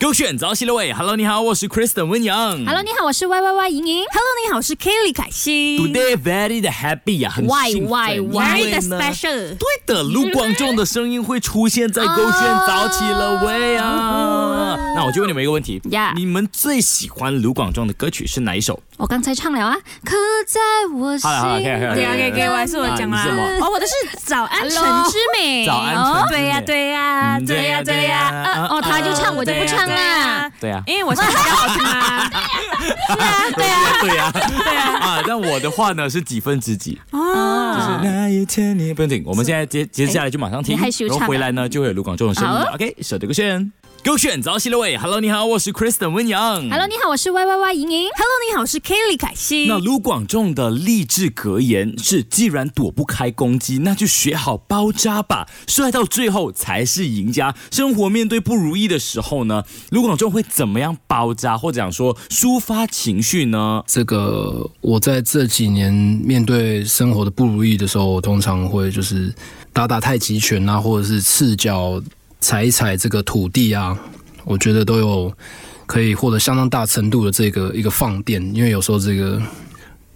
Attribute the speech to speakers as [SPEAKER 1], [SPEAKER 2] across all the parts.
[SPEAKER 1] 勾选早起的喂，Hello，你好，我是 Kristen 温阳。
[SPEAKER 2] Hello，你好，我是 Y Y Y 莹莹。
[SPEAKER 3] Hello，你好，我是 Kelly 凯西。
[SPEAKER 1] Today very 的 happy 呀、很
[SPEAKER 2] Why,
[SPEAKER 1] 兴奋
[SPEAKER 2] why,
[SPEAKER 1] 因
[SPEAKER 2] why?
[SPEAKER 1] 为
[SPEAKER 3] Very 的
[SPEAKER 1] 呢
[SPEAKER 3] special。
[SPEAKER 1] 对的，卢广仲的声音会出现在勾选早起了喂啊。那我就问你们一个问题
[SPEAKER 2] Yeah
[SPEAKER 1] 你们最喜欢卢广仲的歌曲是哪一首？
[SPEAKER 2] 我刚才唱了啊，刻在我心
[SPEAKER 1] 好了好了嗯可以可以可以
[SPEAKER 3] 对啊，给给我还是我讲
[SPEAKER 1] 哎啊你是
[SPEAKER 3] 啦
[SPEAKER 1] 什。
[SPEAKER 3] 哦，我的是早安
[SPEAKER 2] Hello
[SPEAKER 3] 陈之美。哦
[SPEAKER 1] 早安陈之美
[SPEAKER 3] 对呀，对
[SPEAKER 2] 啊
[SPEAKER 3] 呀，
[SPEAKER 1] 嗯
[SPEAKER 3] 对呀，
[SPEAKER 1] 对呀
[SPEAKER 3] 对呀。
[SPEAKER 1] 对呀
[SPEAKER 3] 呃
[SPEAKER 2] 哦他就唱我就不唱
[SPEAKER 3] 对呀
[SPEAKER 2] 啦
[SPEAKER 1] 对啊
[SPEAKER 3] 因为我唱比较好听啊。
[SPEAKER 1] 对呀，对 呀，对呀。啊，但我的话呢是几分之几？
[SPEAKER 3] 哦，
[SPEAKER 1] 就是那一天你不用停，我们现在接接下来就马上听，
[SPEAKER 2] 啊你害羞
[SPEAKER 1] 然后
[SPEAKER 2] 唱啊
[SPEAKER 1] 回来呢就会有卢广仲的声音了。
[SPEAKER 2] 好
[SPEAKER 1] OK，手这个旋，勾选早起的喂，Hello，你好，我是 Kristen 温阳。
[SPEAKER 2] Hello，你好，我是 Y Y Y 莹 莹。
[SPEAKER 3] Hello，你好，哦我是 Kelly 凯西
[SPEAKER 1] 那。卢广仲的励志格言是：既然躲不开攻击，那就学好包扎吧，帅到最后才是赢家。生活面对不如意的时候呢，卢广仲会怎么样包扎，或者讲说抒发情绪呢？
[SPEAKER 4] 这个我在这几年面对生活的不如意的时候，我通常会就是打打太极拳啊，或者是赤脚踩一踩这个土地啊，我觉得都有可以获得相当大程度的这个一个放电，因为有时候这个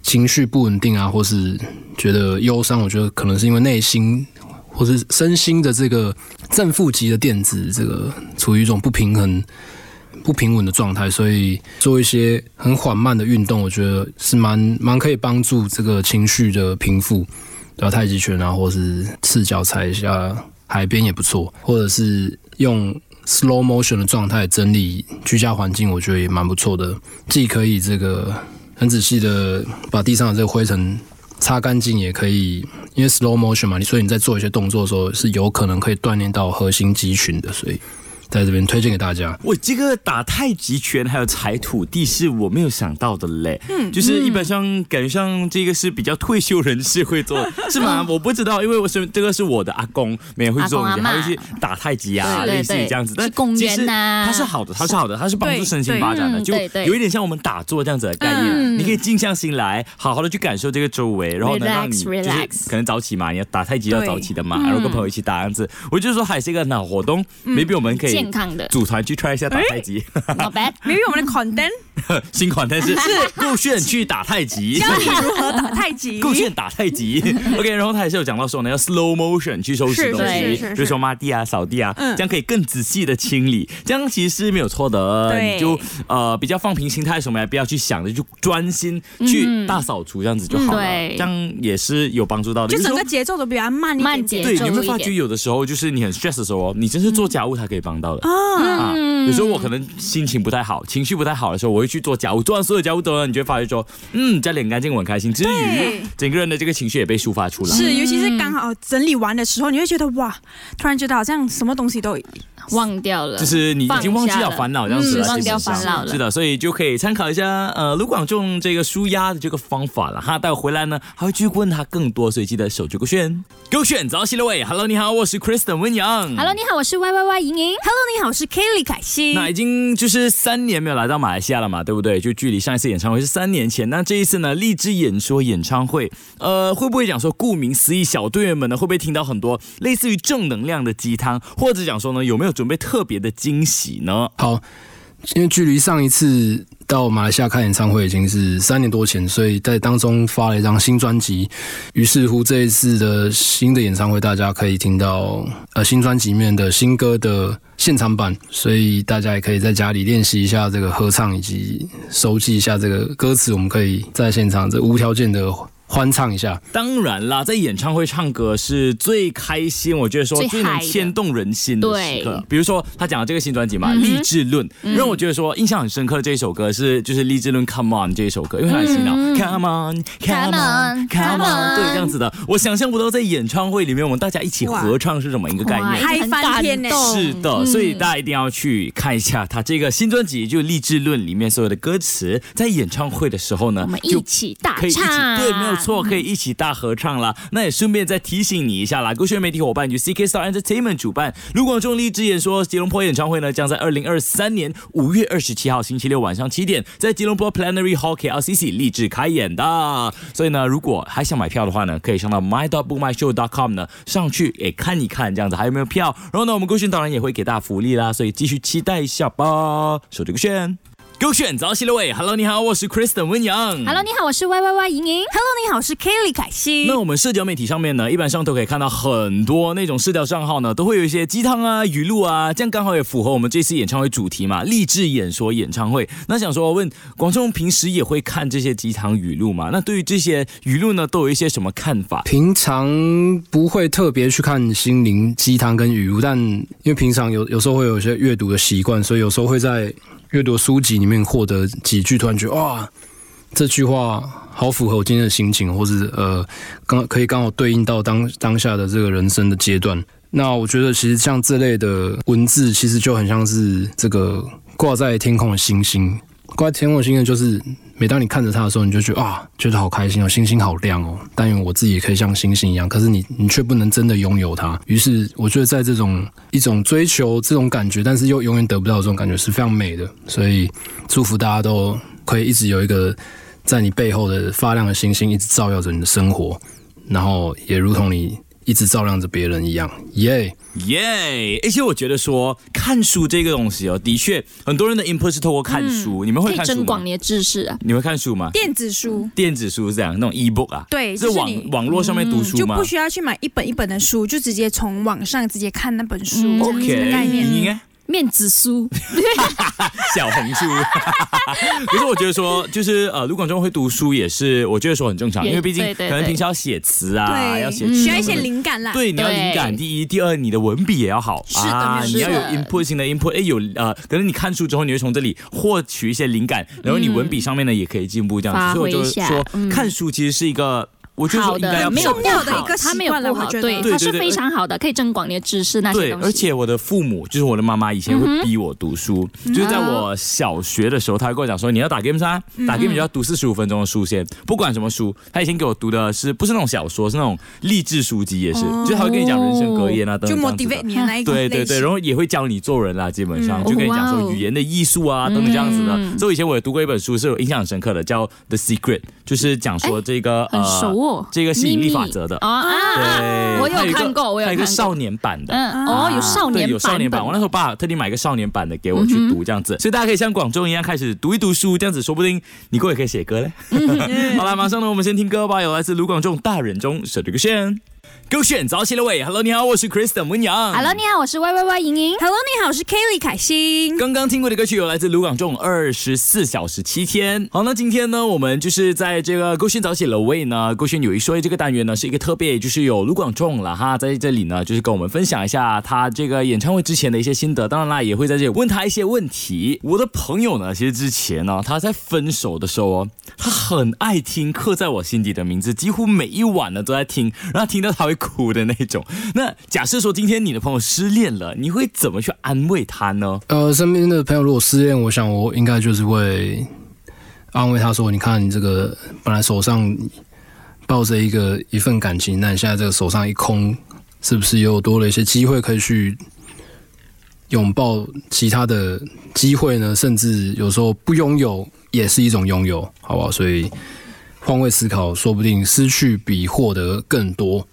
[SPEAKER 4] 情绪不稳定啊，或是觉得忧伤，我觉得可能是因为内心或是身心的这个正负极的电子这个处于一种不平衡。不平稳的状态，所以做一些很缓慢的运动，我觉得是蛮蛮可以帮助这个情绪的平复，对吧？太极拳啊，或是赤脚踩一下海边也不错，或者是用 slow motion 的状态整理居家环境，我觉得也蛮不错的，既可以这个很仔细的把地上的这个灰尘。擦干净也可以，因为 slow motion 嘛，你所以你在做一些动作的时候是有可能可以锻炼到核心肌群的，所以在这边推荐给大家。
[SPEAKER 1] 我这个打太极拳还有踩土地是我没有想到的嘞，
[SPEAKER 2] 嗯
[SPEAKER 1] 就是一般上感觉上这个是比较退休人士会做，
[SPEAKER 2] 嗯
[SPEAKER 1] 是吗？我不知道，因为我是这个是我的阿公，没有会做东
[SPEAKER 2] 阿
[SPEAKER 1] 西，
[SPEAKER 2] 公
[SPEAKER 1] 他
[SPEAKER 2] 阿嬷
[SPEAKER 1] 会去打太极啊，
[SPEAKER 2] 对对
[SPEAKER 1] 类似于这样子。
[SPEAKER 2] 对
[SPEAKER 1] 但
[SPEAKER 2] 去公园呐
[SPEAKER 1] 其实它是好的，它是好的，它是帮助
[SPEAKER 3] 对
[SPEAKER 1] 身心发展的，
[SPEAKER 2] 对
[SPEAKER 1] 就
[SPEAKER 2] 啊对对
[SPEAKER 1] 有一点像我们打坐这样子的概念，啊
[SPEAKER 2] 嗯
[SPEAKER 1] 你可以静下心来，好好的去感受这个周围，然后呢
[SPEAKER 2] Relax，
[SPEAKER 1] 让你就是
[SPEAKER 2] relax
[SPEAKER 1] 可能早起嘛，你要打太极要
[SPEAKER 3] 对
[SPEAKER 1] 早起的嘛，然后跟朋友一起打这样子，我就说还是一个脑活动，maybe
[SPEAKER 2] 嗯
[SPEAKER 1] 我们可以
[SPEAKER 2] 健康的哎
[SPEAKER 1] 组团去 try 一下打太极。
[SPEAKER 2] ，Not bad。
[SPEAKER 3] 明明我们的 content
[SPEAKER 1] 新款，但 是顾炫去打太极。
[SPEAKER 3] 教你如何打太 极。
[SPEAKER 1] 顾炫打太 极，OK，然后他也是有讲到说呢，要 slow motion 去收拾
[SPEAKER 3] 是
[SPEAKER 1] 东西，
[SPEAKER 2] 是
[SPEAKER 3] 是是
[SPEAKER 1] 比如说抹地啊、扫地啊，
[SPEAKER 3] 嗯
[SPEAKER 1] 这样可以更仔细的清理，这样其实是没有错的。
[SPEAKER 3] 对
[SPEAKER 1] 你就呃比较放平心态，什么也不要去想着，就专心去大扫除，这样子就好了，
[SPEAKER 2] 嗯嗯对
[SPEAKER 1] 这样也是有帮助到的。
[SPEAKER 3] 就
[SPEAKER 1] 有时
[SPEAKER 3] 整
[SPEAKER 1] 候
[SPEAKER 3] 个节奏都比较慢一
[SPEAKER 2] 慢
[SPEAKER 3] 点
[SPEAKER 2] 节
[SPEAKER 3] 点。
[SPEAKER 1] 对，
[SPEAKER 2] 奏
[SPEAKER 1] 你有没有
[SPEAKER 2] 一
[SPEAKER 1] 发
[SPEAKER 2] 点嗯
[SPEAKER 1] 觉有的时候就是你很 stress 的时候哦，你真是做家务它可以帮到的。
[SPEAKER 3] 嗯
[SPEAKER 1] 啊，有时候我可能心情不太好，情绪不太好的时候，我会去做家务，做完所有家务之后呢，你就会发现说，嗯，家里很干净，我很开心，之余
[SPEAKER 3] 对，
[SPEAKER 1] 整个人的这个情绪也被抒发出来。
[SPEAKER 3] 是，尤其是刚好整理完的时候，你会觉得哇，突然觉得好像什么东西都
[SPEAKER 2] 忘掉了，
[SPEAKER 1] 就是你已经忘记
[SPEAKER 2] 放下
[SPEAKER 1] 了
[SPEAKER 2] 了
[SPEAKER 1] 烦恼这样子了，
[SPEAKER 2] 嗯忘掉
[SPEAKER 1] 基本上
[SPEAKER 2] 烦恼了
[SPEAKER 1] 是的，所以就可以参考一下呃卢广仲这个舒压的这个方法了哈。待会回来呢，还会去问他更多，所以记得守住勾选，勾选早起了喂，Hello，你好，我是 Kristen 温阳
[SPEAKER 2] Hello，你好，我是 Y Y Y 莹莹。
[SPEAKER 3] Hello，你好，我是 Kelly 凯西。
[SPEAKER 1] 那已经就是三年没有来到马来西亚了嘛，对不对？就距离上一次演唱会是三年前。那这一次呢，荔枝演说演唱会，呃，会不会讲说，顾名思义，小队员们呢会不会听到很多类似于正能量的鸡汤，或者讲说呢，有没有准备特别的惊喜呢？
[SPEAKER 4] 好，因为距离上一次到马来西亚看演唱会已经是三年多前，所以在当中发了一张新专辑。于是乎，这一次的新的演唱会，大家可以听到呃新专辑里面的新歌的现场版，所以大家也可以在家里练习一下这个合唱，以及熟记一下这个歌词。我们可以在现场这无条件的欢唱一下。
[SPEAKER 1] 当然啦，在演唱会唱歌是最开心，我觉得说
[SPEAKER 2] 最
[SPEAKER 1] 最能
[SPEAKER 2] 嗨的
[SPEAKER 1] 牵动人心的时
[SPEAKER 2] 对
[SPEAKER 1] 刻。比如说他讲的这个新专辑嘛，
[SPEAKER 2] 嗯哼
[SPEAKER 1] 励志论》，让我觉得说印象很深刻的这一首歌是就是《励志论》Come On 这一首歌，因为它很洗脑、
[SPEAKER 2] 嗯
[SPEAKER 1] Come on, Come
[SPEAKER 2] Come
[SPEAKER 1] on,
[SPEAKER 2] on,
[SPEAKER 1] Come
[SPEAKER 2] Come
[SPEAKER 1] on，
[SPEAKER 2] on
[SPEAKER 1] 对这样子的，我想象不到在演唱会里面我们大家一起合唱是什么一个概
[SPEAKER 2] 哇哦
[SPEAKER 1] 念。
[SPEAKER 3] 嗨翻天
[SPEAKER 2] 欸
[SPEAKER 3] 呢
[SPEAKER 1] 欸是
[SPEAKER 2] 嗯
[SPEAKER 1] 的，所以大家一定要去看一下他这个新专辑，就《励志论》里面所有的歌词，在演唱会的时候呢，
[SPEAKER 2] 我们
[SPEAKER 1] 就
[SPEAKER 2] 一起大
[SPEAKER 1] 可以一起
[SPEAKER 2] 唱，啊
[SPEAKER 1] 对，没有错，可以一起大合唱啦。那也顺便再提醒你一下啦，歌炫媒体伙伴局 CK Star Entertainment 主办卢广仲励志演说吉隆坡演唱会呢，将在二零二三年五月二十七号星期六晚上七点，在吉隆坡 Plenary Hall KLCC 励志开演的。所以呢，如果还想买票的话呢，可以上到 my dot b o o my show dot com 呢上去诶看一看这样子还有没有票。然后呢，我们歌炫当然也会给大家福利啦，所以继续期待一下吧。守着歌炫。勾选早起的喂，Hello，你好，我是 Kristen 温阳。
[SPEAKER 2] Hello，你好，我是 Y Y Y 莹莹。
[SPEAKER 3] Hello，你好，我是 Kelly 凯西。
[SPEAKER 1] 那我们社交媒体上面呢，一般上都可以看到很多那种社交账号呢，都会有一些鸡汤啊、语录啊，这样刚好也符合我们这次演唱会主题嘛，励志演说演唱会。那想说问广众平时也会看这些鸡汤语录嘛？那对于这些语录呢，都有一些什么看法？
[SPEAKER 4] 平常不会特别去看心灵鸡汤跟语录，但因为平常有有时候会有一些阅读的习惯，所以有时候会在阅读书籍里面获得几句，突然觉得哇，这句话好符合我今天的心情，或是呃，刚可以刚好对应到当当下的这个人生的阶段。那我觉得其实像这类的文字，其实就很像是这个挂在天空的星星。挂在天空的星星就是每当你看着它的时候，你就觉得啊，觉得好开心哦，星星好亮哦。但愿我自己也可以像星星一样，可是你你却不能真的拥有它。于是我觉得在这种一种追求这种感觉，但是又永远得不到这种感觉是非常美的。所以祝福大家都可以一直有一个在你背后的发亮的星星，一直照耀着你的生活，然后也如同你一直照亮着别人一样，耶、
[SPEAKER 1] 耶！而且我觉得说看书这个东西哦，的确很多人的 input 是透过看
[SPEAKER 3] 嗯
[SPEAKER 1] 书，你们
[SPEAKER 2] 可
[SPEAKER 1] 会
[SPEAKER 2] 以
[SPEAKER 1] 看书
[SPEAKER 2] 增
[SPEAKER 1] 吗
[SPEAKER 2] 广？你的知识啊。
[SPEAKER 1] 你会看书吗？
[SPEAKER 3] 电子书，
[SPEAKER 1] 电子书是这样，那种 ebook 啊，
[SPEAKER 3] 对，
[SPEAKER 1] 是
[SPEAKER 3] 就是
[SPEAKER 1] 网
[SPEAKER 3] 你嗯
[SPEAKER 1] 网络上面读书
[SPEAKER 3] 就
[SPEAKER 1] 吗？
[SPEAKER 3] 不需要去买一本一本的书，就直接从网上直接看那本书，
[SPEAKER 2] 嗯
[SPEAKER 3] 这样
[SPEAKER 1] OK，
[SPEAKER 3] 子的概念。
[SPEAKER 1] 你应该
[SPEAKER 2] 面子书，
[SPEAKER 1] 小红书。 可是我觉得说，就是呃，卢广仲会读书也是，我觉得说很正常，
[SPEAKER 2] 也
[SPEAKER 1] 因为毕竟
[SPEAKER 2] 对对
[SPEAKER 1] 可能
[SPEAKER 2] 对
[SPEAKER 1] 平时要写词啊，要写
[SPEAKER 3] 对，
[SPEAKER 1] 曲
[SPEAKER 3] 需
[SPEAKER 1] 子
[SPEAKER 3] 要一些。灵感啦。
[SPEAKER 1] 对，你要
[SPEAKER 2] 对
[SPEAKER 1] 灵感第一，第二，你的文笔也要好啊
[SPEAKER 3] 是的没
[SPEAKER 1] 你
[SPEAKER 3] 错
[SPEAKER 1] 要有
[SPEAKER 2] 是的
[SPEAKER 1] input 性的 input，哎，有呃，可能你看书之后，你会从这里获取一些灵感，然后你文笔上面呢也可以进步这样
[SPEAKER 2] 发
[SPEAKER 1] 子。所以我
[SPEAKER 2] 挥
[SPEAKER 1] 就
[SPEAKER 2] 一下
[SPEAKER 1] 说，
[SPEAKER 2] 嗯
[SPEAKER 1] 看书其实是一个，我就说
[SPEAKER 2] 好
[SPEAKER 1] 应该
[SPEAKER 2] 的，
[SPEAKER 1] 要
[SPEAKER 3] 很
[SPEAKER 2] 没有
[SPEAKER 1] 培
[SPEAKER 2] 不
[SPEAKER 1] 养
[SPEAKER 3] 重要的
[SPEAKER 2] 好
[SPEAKER 3] 一个习
[SPEAKER 2] 它没有
[SPEAKER 3] 惯了
[SPEAKER 2] 不
[SPEAKER 3] 我
[SPEAKER 2] 好，
[SPEAKER 3] 觉得
[SPEAKER 2] 对，
[SPEAKER 1] 对
[SPEAKER 2] 它是
[SPEAKER 1] 对对
[SPEAKER 2] 非常好的，可以增广你的知识那些
[SPEAKER 1] 对，
[SPEAKER 2] 东西。嗯
[SPEAKER 1] 而且我的父母就是我的妈妈，以前会逼我读书，就是在我小学的时候，她会跟我讲说，你要打 game 噻，
[SPEAKER 2] 嗯
[SPEAKER 1] 打 game 你就要读四十五分钟的书先，不管什么书。她以前给我读的是不是那种小说，是那种励志书籍，也是，
[SPEAKER 2] 哦
[SPEAKER 1] 就是她会跟你讲人生格言啊等
[SPEAKER 3] 就
[SPEAKER 1] 等这样子的
[SPEAKER 3] motivate 你的那
[SPEAKER 2] 哎
[SPEAKER 3] 一个
[SPEAKER 1] 对对
[SPEAKER 3] 类
[SPEAKER 1] 对，
[SPEAKER 3] 型
[SPEAKER 1] 然后也会教你做人啦，基本上、
[SPEAKER 3] 嗯
[SPEAKER 1] 就跟你讲
[SPEAKER 2] 哦哇嗯
[SPEAKER 1] 说
[SPEAKER 2] 哦
[SPEAKER 1] 语言的艺术啊、等等这样子的。所以以前我也读过一本书，是我印象很深刻的，叫《The Secret》，就是讲说这个、
[SPEAKER 2] 哎
[SPEAKER 1] 呃
[SPEAKER 2] 很熟哦，
[SPEAKER 1] 啊这个吸引力
[SPEAKER 2] 秘密
[SPEAKER 1] 法则的
[SPEAKER 2] 哦啊，
[SPEAKER 1] 对，
[SPEAKER 2] 我
[SPEAKER 1] 它
[SPEAKER 2] 有
[SPEAKER 1] 一个
[SPEAKER 2] 看过，我有
[SPEAKER 1] 它
[SPEAKER 2] 看
[SPEAKER 1] 一个
[SPEAKER 2] 过。
[SPEAKER 1] 少年版的，
[SPEAKER 2] 嗯，哦，有少年
[SPEAKER 1] 啊对，
[SPEAKER 2] 版，嗯
[SPEAKER 1] 有少年版。我那时候爸特地买一个少年版的给我去读，这样子，所以大家可以像广州一样开始读一读书，这样子，说不定你过也可以写歌嘞。
[SPEAKER 2] 嗯
[SPEAKER 1] 好啦，马上呢，我们先听歌吧，有来自卢广仲《大人中》守着个线，勾选早起了喂，Hello，你好，我是 Kristen 文阳。
[SPEAKER 2] Hello，你好，我是 Y Y Y 莹莹。
[SPEAKER 3] Hello，你好，我是 Kelly 凯欣。
[SPEAKER 1] 刚刚听过的歌曲有来自卢广仲《二十四小时七天》。好，那今天呢，我们就是在这个勾选早起了位呢，勾选有一说一这个单元呢是一个特别，就是有卢广仲了哈，在这里呢就是跟我们分享一下他这个演唱会之前的一些心得，当然啦，也会在这里问他一些问题。我的朋友呢，其实之前呢他在分手的时候哦，他很爱听《刻在我心底的名字》，几乎每一晚呢都在听，然后听到他会哭的那种。那假设说今天你的朋友失恋了，你会怎么去安慰他呢？
[SPEAKER 4] 呃，身边的朋友如果失恋，我想我应该就是会安慰他说：“你看，你这个呃本来手上抱着一个一份感情，那你现在这个手上一空，是不是又多了一些机会可以去拥抱其他的机会呢？甚至有时候不拥有也是一种拥有，好不好？所以换位思考，说不定失去比获得更多。”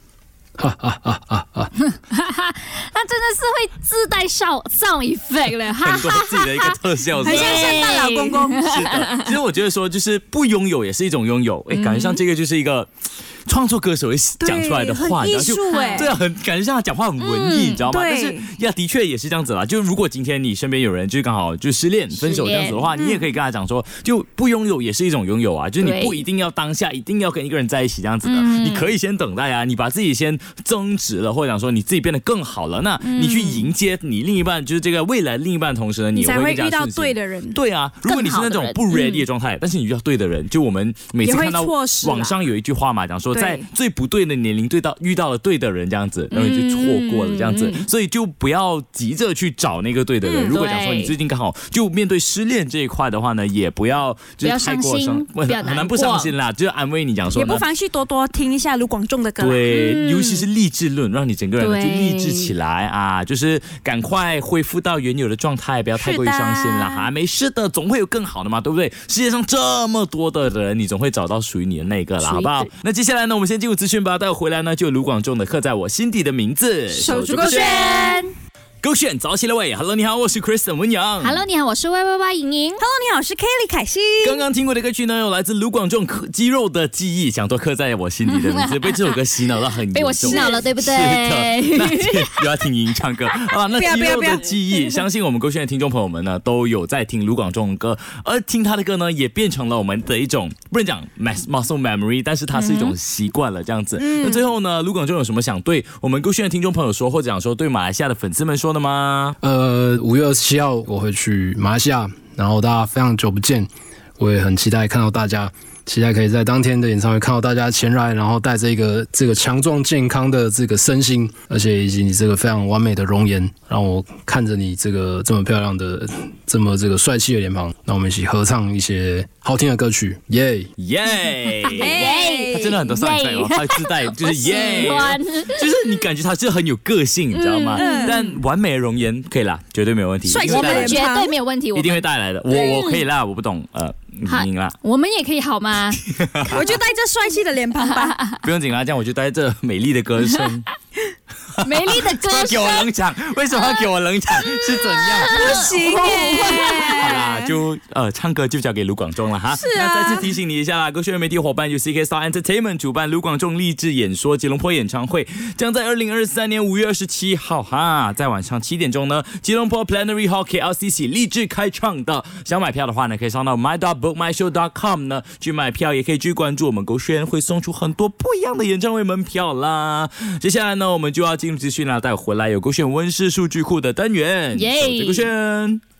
[SPEAKER 4] 哈哈哈哈
[SPEAKER 2] 他
[SPEAKER 4] 哈！
[SPEAKER 2] 真的是会自带少少 effect 了，哈
[SPEAKER 1] 很多自己的一个特效，是
[SPEAKER 3] 很
[SPEAKER 1] 吧
[SPEAKER 3] 像圣诞老公公，
[SPEAKER 1] 是的。其实我觉得说，就是不拥有也是一种拥有，哎，感觉像这个就是一个创作歌手会讲出来的话，然
[SPEAKER 3] 对很
[SPEAKER 1] 后
[SPEAKER 3] 艺
[SPEAKER 1] 就。
[SPEAKER 3] 术哎，
[SPEAKER 1] 对啊，很感觉像他讲话很文艺，你知道吗？
[SPEAKER 3] 对
[SPEAKER 1] 但是呀，的确也是这样子啦。就如果今天你身边有人就刚好就失恋、分手这样子的话，你也可以跟他讲说，就不拥有也是一种拥有啊。就是你
[SPEAKER 2] 对
[SPEAKER 1] 不一定要当下一定要跟一个人在一起这样子的，你可以先等待啊。你把自己先增值了，或者讲说你自己变得更好了，那你去迎接你另一半，就是这个未来另一半，同时呢，
[SPEAKER 3] 你
[SPEAKER 1] 也
[SPEAKER 3] 才
[SPEAKER 1] 会
[SPEAKER 3] 会
[SPEAKER 1] 更加
[SPEAKER 3] 遇到
[SPEAKER 1] 顺心
[SPEAKER 3] 对的人。
[SPEAKER 1] 对啊，如果你是那种不
[SPEAKER 2] 更好的人
[SPEAKER 1] ready 的状态，但是你遇到对的人，就我们每次
[SPEAKER 3] 也会
[SPEAKER 1] 看到
[SPEAKER 3] 错失啦
[SPEAKER 1] 网上有一句话嘛，讲说在
[SPEAKER 3] 对
[SPEAKER 1] 最不对的年龄对到遇到了对的人这样子，然后你就错过了这样子，
[SPEAKER 2] 嗯嗯
[SPEAKER 1] 所以就不要急着去找那个对的人。
[SPEAKER 3] 嗯
[SPEAKER 1] 如果讲说
[SPEAKER 2] 对
[SPEAKER 1] 你最近刚好就面对失恋这一块的话呢，也不要就
[SPEAKER 2] 不要
[SPEAKER 1] 是太过
[SPEAKER 2] 伤心
[SPEAKER 1] 伤，
[SPEAKER 2] 不要
[SPEAKER 1] 很难
[SPEAKER 2] 难
[SPEAKER 1] 不伤
[SPEAKER 2] 过
[SPEAKER 1] 心啦，就安慰你讲说
[SPEAKER 3] 也不
[SPEAKER 1] 呢。
[SPEAKER 3] 妨去多多听一下卢广仲的歌啦。
[SPEAKER 1] 对，
[SPEAKER 2] 嗯
[SPEAKER 1] 尤其是励志论，让你整个人
[SPEAKER 2] 对
[SPEAKER 1] 就励志起来啊！就是赶快恢复到原有的状态，不要太过于
[SPEAKER 3] 是的
[SPEAKER 1] 伤心了哈。没事的，总会有更好的嘛，对不对？世界上这么多的人，你总会找到属于你的那个啦，
[SPEAKER 2] 属于
[SPEAKER 1] 好不好
[SPEAKER 2] 自？
[SPEAKER 1] 那接下来呢，我们先进入资讯吧。待会回来呢，就有卢广仲的《刻在我心底的名字》，
[SPEAKER 3] 手足够炫
[SPEAKER 1] 勾选早起了喂，Hello，你好，我是 Kristen 文阳。
[SPEAKER 2] Hello，你好，我是 Y Y Y 莹莹。
[SPEAKER 3] Hello，你好，我是 Kelly 凯西。
[SPEAKER 1] 刚刚听过的歌曲呢，有来自卢广仲《刻肌肉的记忆》，想说刻在我心底的 名字，被这首歌洗脑到很严重
[SPEAKER 2] 被我洗脑了，对不对？
[SPEAKER 1] 是的，那又要听莹莹唱 歌啊！那
[SPEAKER 3] 不要
[SPEAKER 1] 肌
[SPEAKER 3] 不要
[SPEAKER 1] 肉
[SPEAKER 3] 不要
[SPEAKER 1] 的记 忆，相信我们勾选的听众朋友们呢，都有在听卢广仲的歌，而听他的歌呢，也变成了我们的一种不能讲 mus- muscle memory，但是它是一种习惯了这样子。
[SPEAKER 3] 嗯
[SPEAKER 1] 那最后呢，卢广仲有什么想对我们勾选的听众朋友说，或者想说对马来西亚的粉丝们说的 吗？
[SPEAKER 4] 呃，五月二十七号我会去马来西亚，然后大家非常久不见，我也很期待看到大家，期待可以在当天的演唱会看到大家前来，然后带着一个这个强壮健康的这个身心，而且以及你这个非常完美的容颜，让我看着你这个这么漂亮的、这么这个帅气的脸庞，那我们一起合唱一些好听的歌曲，耶、
[SPEAKER 1] 耶、
[SPEAKER 3] 耶
[SPEAKER 1] 他真的很多上一代哦，
[SPEAKER 3] 哎
[SPEAKER 1] 他自带就是耶
[SPEAKER 2] 喜。欢
[SPEAKER 1] 就是你感觉他是很有个性，你知道吗？
[SPEAKER 3] 嗯
[SPEAKER 1] 但完美的容颜可以啦，绝对没有问题。
[SPEAKER 3] 帅气
[SPEAKER 1] 因为
[SPEAKER 2] 我
[SPEAKER 1] 大家
[SPEAKER 2] 们绝对没有问题。我
[SPEAKER 1] 一定
[SPEAKER 2] 们
[SPEAKER 1] 会带来的。我我可以啦，我不懂，呃，
[SPEAKER 2] 好
[SPEAKER 1] 你赢啦，
[SPEAKER 2] 我们也可以 好吗？
[SPEAKER 3] 我就带这帅气的脸庞吧。
[SPEAKER 1] 不用紧啦，这样我就带这美丽的歌声。
[SPEAKER 2] 美丽的 歌
[SPEAKER 1] 给
[SPEAKER 2] 声
[SPEAKER 1] 我，冷场，为什么要给我冷 场？是怎样？
[SPEAKER 3] 不行耶！
[SPEAKER 1] 好啦，就呃，唱歌就交给卢广仲了哈。是
[SPEAKER 3] 啊
[SPEAKER 1] 那再次提醒你一下啦，歌炫媒体伙伴 UCK Star Entertainment 主办卢广仲励志演说吉隆坡演唱会，将在二零二三年五月二十七号哈，在晚上七点钟呢，吉隆坡 Plenary Hall KLCC 励志开唱的。想买票的话呢，可以上到 my dot book my show dot com 呢去买票，也可以去关注我们勾炫，会送出很多不一样的演唱会门票啦。接下来呢，我们就要进入资讯啦，待会回来有勾炫温室数据库的单元，
[SPEAKER 2] 耶
[SPEAKER 1] 守着勾炫。